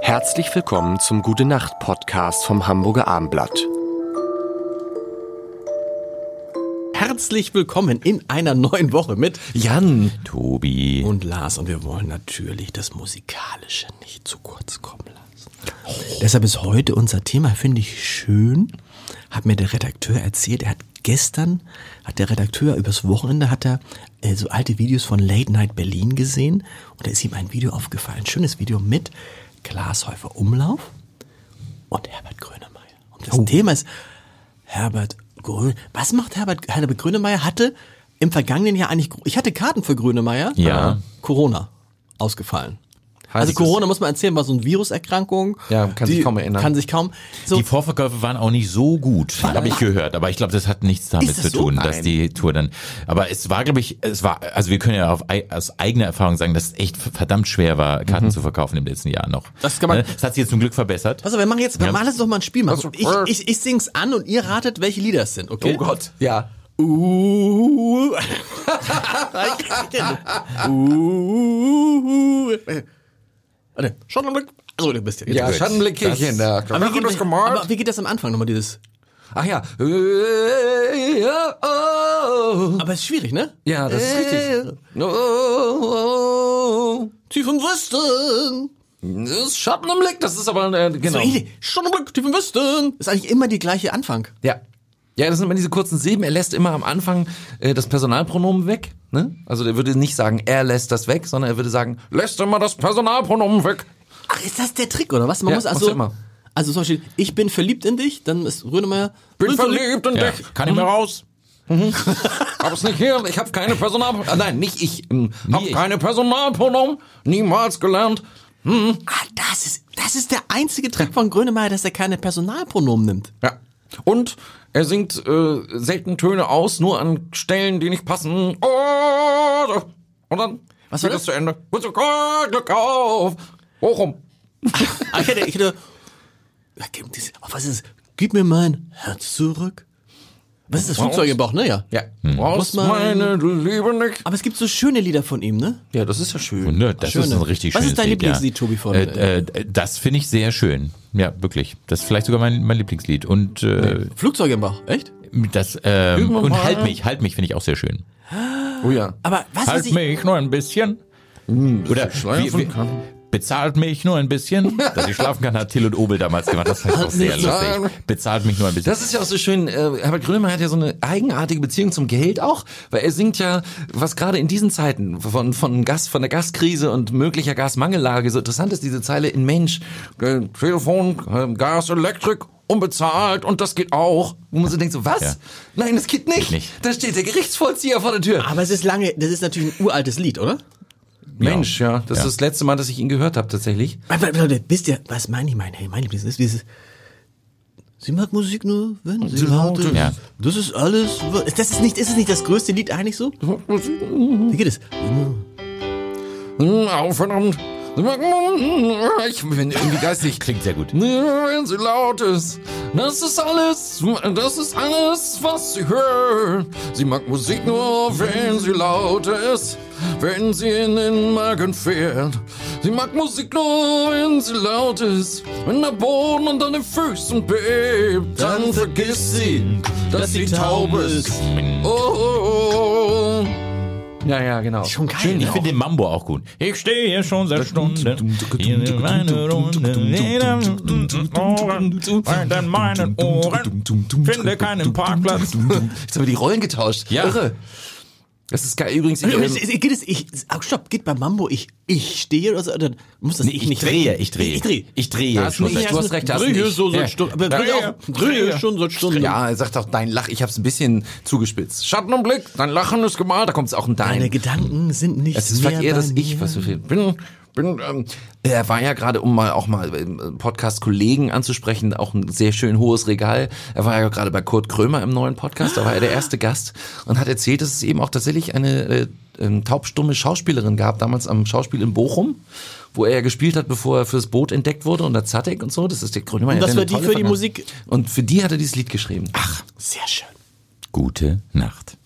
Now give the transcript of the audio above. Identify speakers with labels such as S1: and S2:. S1: Herzlich willkommen zum Gute Nacht Podcast vom Hamburger Armblatt.
S2: Herzlich willkommen in einer neuen Woche mit
S1: Jan,
S3: Tobi.
S2: und Lars. Und wir wollen natürlich das Musikalische nicht zu kurz kommen lassen. Deshalb ist heute unser Thema, finde ich schön, hat mir der Redakteur erzählt. Er hat gestern, hat der Redakteur übers Wochenende, hat er äh, so alte Videos von Late Night Berlin gesehen. Und da ist ihm ein Video aufgefallen. Schönes Video mit Glashäufer Umlauf und Herbert Grönemeyer. Und das Thema ist Herbert Grönemeyer. Was macht Herbert, Herbert Grönemeyer? Hatte im vergangenen Jahr eigentlich, ich hatte Karten für Grönemeyer.
S3: Ja.
S2: Corona ausgefallen.
S3: Heißt
S2: also
S3: es-
S2: Corona muss man erzählen, war so eine Viruserkrankung.
S3: Ja, kann sich kaum erinnern.
S2: Kann sich kaum. So,
S3: Die Vorverkäufe waren auch nicht so gut, habe ich gehört. Aber ich glaube, das hat nichts damit
S2: Ist das
S3: zu
S2: so?
S3: tun, dass
S2: Nein.
S3: die Tour dann. Aber es war, glaube ich, es war, also wir können ja auf, ei- aus eigener Erfahrung sagen, dass es echt verdammt schwer war, Karten zu verkaufen im letzten Jahr noch.
S2: Das kann man-
S3: Ne? das hat sich jetzt zum Glück verbessert.
S2: pass auf, wir machen jetzt, wir
S3: Ja.
S2: machen jetzt doch mal ein Spiel. Machen. Ich, ich, ich sing's an und ihr ratet, welche Lieder es sind, okay? Oh Gott.
S1: Ja.
S2: Uh. Ich- ich kenn das. uh. Warte, Schattenblick. Also, du bist ja.
S4: Ja,
S2: jetzt.
S4: Schattenblickkirchen. Ja, klar.
S2: aber,
S4: Ach,
S2: wie
S4: und das
S2: geht,
S4: gemalt?
S2: aber wie geht das am Anfang nochmal, dieses?
S4: Ach ja. Äh, ja, oh.
S2: Aber es ist schwierig, ne? Äh,
S4: Ja, das ist
S3: Äh.
S4: richtig. Oh, oh,
S2: Tief im Westen.
S4: oh. Das ist Schatten im Blick, das ist aber äh,
S2: So,
S4: genau.
S2: Idee. Schattenblick, tief im Westen. Ist eigentlich immer die gleiche Anfang.
S4: Ja. Ja, das sind immer diese kurzen Silben. Er lässt immer am Anfang äh, das Personalpronomen weg. Ne? Also er würde nicht sagen, er lässt das weg, sondern er würde sagen, lässt immer das Personalpronomen weg.
S2: Ach, ist das der Trick, oder was? Man
S4: Ja,
S2: muss
S4: musst
S2: also.
S4: du immer.
S2: Also zum Beispiel, ich bin verliebt in dich, dann ist Rönemeyer.
S4: Bin verliebt in
S3: Ja. Mhm.
S4: dich.
S3: Kann ich mal raus?
S4: Hab's nicht hier. Ich hab keine Personalpronomen. Ah, nein, nicht ich. Hm, hab
S3: ich.
S4: keine Personalpronomen. Niemals gelernt.
S2: Ah, das ist, das ist der einzige Trick von Grönemeyer, dass er keine Personalpronomen nimmt.
S4: Ja. Und er singt äh, selten Töne aus, nur an Stellen, die nicht passen. Oh, so. und dann
S2: Was war
S4: geht
S2: das?
S4: es zu Ende. Gut so, Gott, Glück auf. Bochum.
S2: Ah, ich hätte, ich hätte. Ja, gib diese- oh, Was ist das? Gib mir mein Herz zurück. Was ist das Flugzeug im Bauch, ne? Ja.
S4: Ja. Du brauchst
S2: Muss man-
S4: meine Liebe nicht.
S2: Aber es gibt so schöne Lieder von ihm, ne?
S4: Ja, das ist ja schön.
S3: Ne, das
S2: Schöne.
S3: ist ein richtig
S2: Was
S3: schönes
S2: ist dein
S3: Lied,
S2: Lieblingslied,
S3: ja.
S2: Tobi, von-
S3: Äh, äh, das finde ich sehr schön. Ja, wirklich. Das ist vielleicht sogar mein, mein Lieblingslied. Und äh,
S2: Flugzeug im Bauch, echt?
S3: Halt das ähm,
S4: Üben wir
S3: und
S4: mal.
S3: halt mich, halt mich finde ich auch sehr schön.
S4: Oh ja.
S2: Aber was weiß
S3: Halt
S2: ich.
S3: mich nur ein bisschen. Oder wie,
S4: schlafen
S3: wie,
S4: kann.
S3: bezahlt mich nur ein bisschen. Dass ich schlafen kann, hat Till und Obel damals gemacht. Das fand ich auch sehr
S4: Bezahlt-
S3: lustig. Bezahlt mich nur ein bisschen.
S4: Das ist ja auch so schön. Äh, Herbert Grönemeyer hat ja so eine eigenartige Beziehung zum Geld auch, weil er singt ja, was gerade in diesen Zeiten von von Gas, von der Gaskrise und möglicher Gasmangellage so interessant ist, diese Zeile in Mensch, äh, Telefon, äh, Gas, Elektrik, unbezahlt und das geht auch. Wo man so denkt so, was?
S3: Ja.
S4: Nein, das geht nicht.
S3: nicht. Ah,
S4: Da steht der Gerichtsvollzieher vor der Tür.
S2: Aber es ist lange, das ist natürlich ein uraltes Lied, oder?
S4: Mensch, ja, das
S3: genau. Ja.
S4: ist das letzte Mal, dass ich ihn gehört habe tatsächlich.
S2: Aber, aber, Leute, wisst ihr, was meine ich meine? Hey, mein Lieblings ist dieses. Sie macht Musik nur, wenn sie laut ist.
S3: Ja.
S2: Das ist alles. wa- Das ist nicht, ist es nicht das größte Lied eigentlich so? Wie geht es?
S4: Hm, Aufhören. Ich bin irgendwie geistig.
S3: Klingt sehr gut.
S4: Wenn sie laut ist, das ist alles, das ist alles, was sie hört. Sie mag Musik nur, wenn sie laut ist, wenn sie in den Magen fährt. Sie mag Musik nur, wenn sie laut ist, wenn der Boden unter den Füßen bebt. Dann vergisst sie, dass sie taub ist. Oh, oh, oh. Ja, ja, genau.
S2: Schon geil. ne?
S3: Ich finde den Mambo auch gut. Ich stehe hier schon seit Stunden. Hier in meine Runde. Weiter in meinen Ohren. Finde keinen Parkplatz.
S4: Jetzt haben wir die Rollen getauscht.
S3: Ja.
S4: Irre. Das ist geil. Übrigens, ich, ähm,
S2: Geht es? Ich, oh, stopp, geht bei Mambo ich, ich stehe oder so? Oder muss das ich,
S3: Ich
S2: nicht
S3: drehe,
S2: wegnehmen?
S3: ich drehe.
S2: Ich drehe.
S3: Ich drehe.
S4: Hast du
S3: schon
S4: nicht-
S3: seit-
S4: du hast recht, hast
S2: drehe
S4: nicht.
S2: so seit
S3: Ja.
S2: Stunden. Aber drehe
S3: Drehe.
S2: auch, drehe schon seit Stunden.
S4: Ja, er sagt auch dein Lach. Ich hab's ein bisschen zugespitzt. Schatten und Blick, dein Lachen ist gemalt. Da kommt's auch ein Dein.
S2: Meine Gedanken sind nicht
S4: Es ist
S2: mehr
S4: vielleicht eher
S2: bei
S4: das Ich,
S2: mir.
S4: was so viel. Bin, bin, ähm, er war ja gerade, um mal auch mal ähm, Podcast-Kollegen anzusprechen, auch ein sehr schön hohes Regal. Er war ja gerade bei Kurt Krömer im neuen Podcast, da war er der erste Gast und hat erzählt, dass es eben auch tatsächlich eine äh, ähm, taubstumme Schauspielerin gab, damals am Schauspiel in Bochum, wo er ja gespielt hat, bevor er fürs Boot entdeckt wurde unter Zatek und so. Das ist der Krömer. Und
S2: das war die für die Musik-
S4: Und für die hat er dieses Lied geschrieben.
S2: Sehr schön.
S3: Gute Nacht.